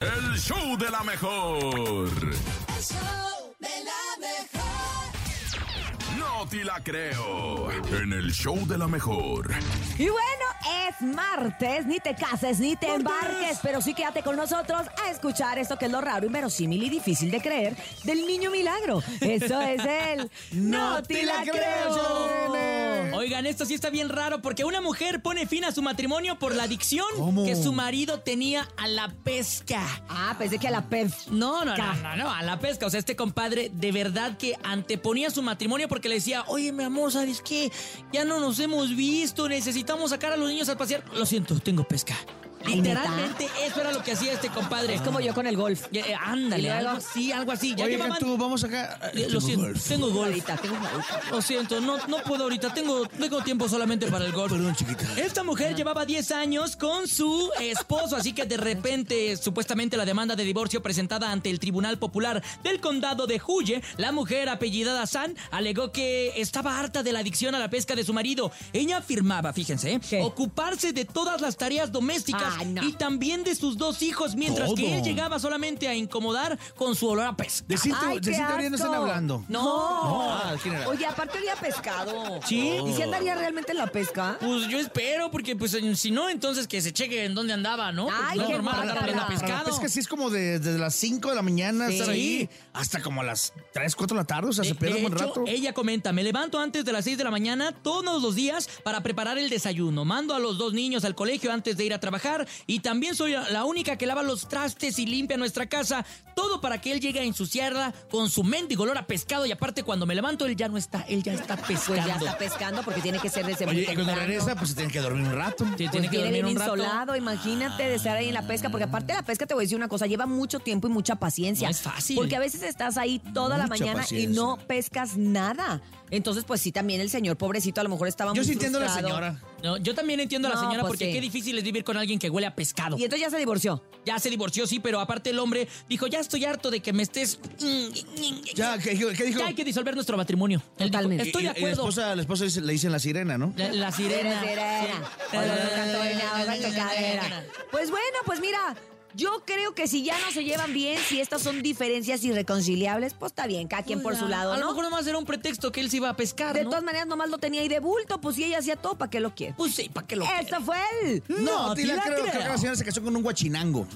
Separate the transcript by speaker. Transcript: Speaker 1: El show de la mejor.
Speaker 2: El show de la mejor.
Speaker 1: No te la creo. En el show de la mejor.
Speaker 3: Y bueno, es martes, ni te cases ni te embarques, pero sí quédate con nosotros a escuchar esto que es lo raro, inverosímil y difícil de creer del niño milagro. Eso es el No te la creo.
Speaker 4: Oigan, esto sí está bien raro porque una mujer pone fin a su matrimonio por la adicción
Speaker 5: ¿Cómo?
Speaker 4: que su marido tenía a la pesca.
Speaker 3: Ah, pensé que a la pez.
Speaker 4: No, no,
Speaker 3: Ca-
Speaker 4: no, no, no, a la pesca. O sea, este compadre de verdad que anteponía su matrimonio porque le decía, oye, mi amor, ¿sabes qué? Ya no nos hemos visto, necesitamos sacar a los niños a pasear. Lo siento, tengo pesca.
Speaker 3: Ay, ¿neta?
Speaker 4: Literalmente eso era lo que hacía este compadre.
Speaker 3: Es como yo con el golf.
Speaker 4: Eh, eh, ándale,
Speaker 3: ¿Y luego?
Speaker 4: algo así, algo así. Ya
Speaker 5: Oye,
Speaker 4: llevaban-
Speaker 5: tú, vamos acá.
Speaker 4: Eh, Lo siento, tengo golf.
Speaker 3: Ahorita, tengo una-
Speaker 4: Lo siento, no, no puedo ahorita, tengo, tengo tiempo solamente para el golf.
Speaker 5: Perdón, chiquita.
Speaker 4: Esta mujer llevaba 10 años con su esposo, así que de repente, supuestamente la demanda de divorcio presentada ante el Tribunal Popular del Condado de Huye, la mujer apellidada San alegó que estaba harta de la adicción a la pesca de su marido. Ella afirmaba, fíjense, ¿eh?
Speaker 3: ¿Qué?
Speaker 4: ocuparse de todas las tareas domésticas
Speaker 3: Ay, no.
Speaker 4: y también de sus dos hijos, mientras
Speaker 5: Todo.
Speaker 4: que él llegaba solamente a incomodar con su olor a pesca.
Speaker 5: De Cintia
Speaker 3: Ay,
Speaker 5: de
Speaker 3: qué
Speaker 5: Cintia Arias no están
Speaker 3: asco.
Speaker 5: hablando.
Speaker 3: No.
Speaker 5: No, ¿quién era?
Speaker 3: Oye, aparte había pescado.
Speaker 4: Sí.
Speaker 3: ¿Y si andaría realmente en la pesca?
Speaker 4: Pues yo espero, porque pues si no, entonces que se cheque en dónde andaba, ¿no? Pues,
Speaker 3: Ay,
Speaker 4: no es
Speaker 3: qué
Speaker 4: normal
Speaker 3: guácala.
Speaker 4: andar oliendo
Speaker 5: Para la
Speaker 4: pescado.
Speaker 5: pesca sí es como de- desde las 5 de la mañana estar
Speaker 4: Sí.
Speaker 5: ahí hasta como a las 3, 4 de la tarde, o sea, se
Speaker 4: De-
Speaker 5: pierde
Speaker 4: de
Speaker 5: un buen
Speaker 4: hecho, eh,
Speaker 5: rato.
Speaker 4: Ella comenta, me levanto antes de las 6 de la mañana todos los días para preparar el desayuno. Mando a los dos niños al colegio antes de ir a trabajar y también soy la única que lava los trastes y limpia nuestra casa. Todo para que él llegue a ensuciarla con su mendigo olor a pescado y aparte cuando me levanto él ya no está, él ya está pescando.
Speaker 3: Pues ya está pescando porque tiene que ser desde muy
Speaker 5: Oye, y cuando
Speaker 3: temprano.
Speaker 5: regresa, pues se tiene que dormir un rato.
Speaker 4: Sí,
Speaker 3: Pues
Speaker 4: tiene que
Speaker 3: viene
Speaker 4: dormir
Speaker 3: bien
Speaker 4: un rato.
Speaker 3: insolado, imagínate de estar ahí en la pesca, porque aparte de la pesca te voy a decir una cosa, lleva mucho tiempo y mucha paciencia.
Speaker 4: No es fácil.
Speaker 3: Porque a veces estás ahí toda la
Speaker 5: Mucha
Speaker 3: mañana y
Speaker 5: paciencia.
Speaker 3: no pescas nada. Entonces, pues sí, también el señor pobrecito a lo mejor estaba
Speaker 5: Yo
Speaker 3: muy
Speaker 5: sí entiendo a la
Speaker 3: frustrado.
Speaker 5: señora.
Speaker 4: No, yo también entiendo a la
Speaker 3: No,
Speaker 4: señora
Speaker 3: pues
Speaker 4: porque
Speaker 3: sí.
Speaker 4: qué difícil es vivir con alguien que huele a pescado.
Speaker 3: Y entonces ya se divorció.
Speaker 4: Ya se divorció, sí, pero aparte el hombre dijo, ya estoy harto de que me estés... mm,
Speaker 5: Ya, ¿qué, qué- qué dijo?
Speaker 4: Ya hay que disolver nuestro matrimonio. Él dijo,
Speaker 3: Totalmente.
Speaker 5: Y-
Speaker 4: estoy
Speaker 5: y-
Speaker 4: de
Speaker 5: y la
Speaker 4: acuerdo.
Speaker 5: esposa, la esposa dice- le dicen la sirena, ¿no?
Speaker 4: La, la sirena.
Speaker 3: Sirena.
Speaker 4: Sí.
Speaker 3: Hoy no canto bailado, canto cadera. Pues bueno, pues mira. Yo creo que si ya no se llevan bien, si estas son diferencias irreconciliables, pues está bien, cada quien por su lado,
Speaker 4: A
Speaker 3: ¿no?
Speaker 4: lo mejor nomás era un pretexto que él se iba a pescar,
Speaker 3: de
Speaker 4: ¿no?
Speaker 3: todas maneras, nomás lo tenía ahí de bulto, pues si ella hacía todo, ¿para qué lo quiere?
Speaker 4: Pues sí, ¿para qué lo
Speaker 3: Esto fue el...
Speaker 5: No, Tila, creo creo que la señora se casó con un guachinango.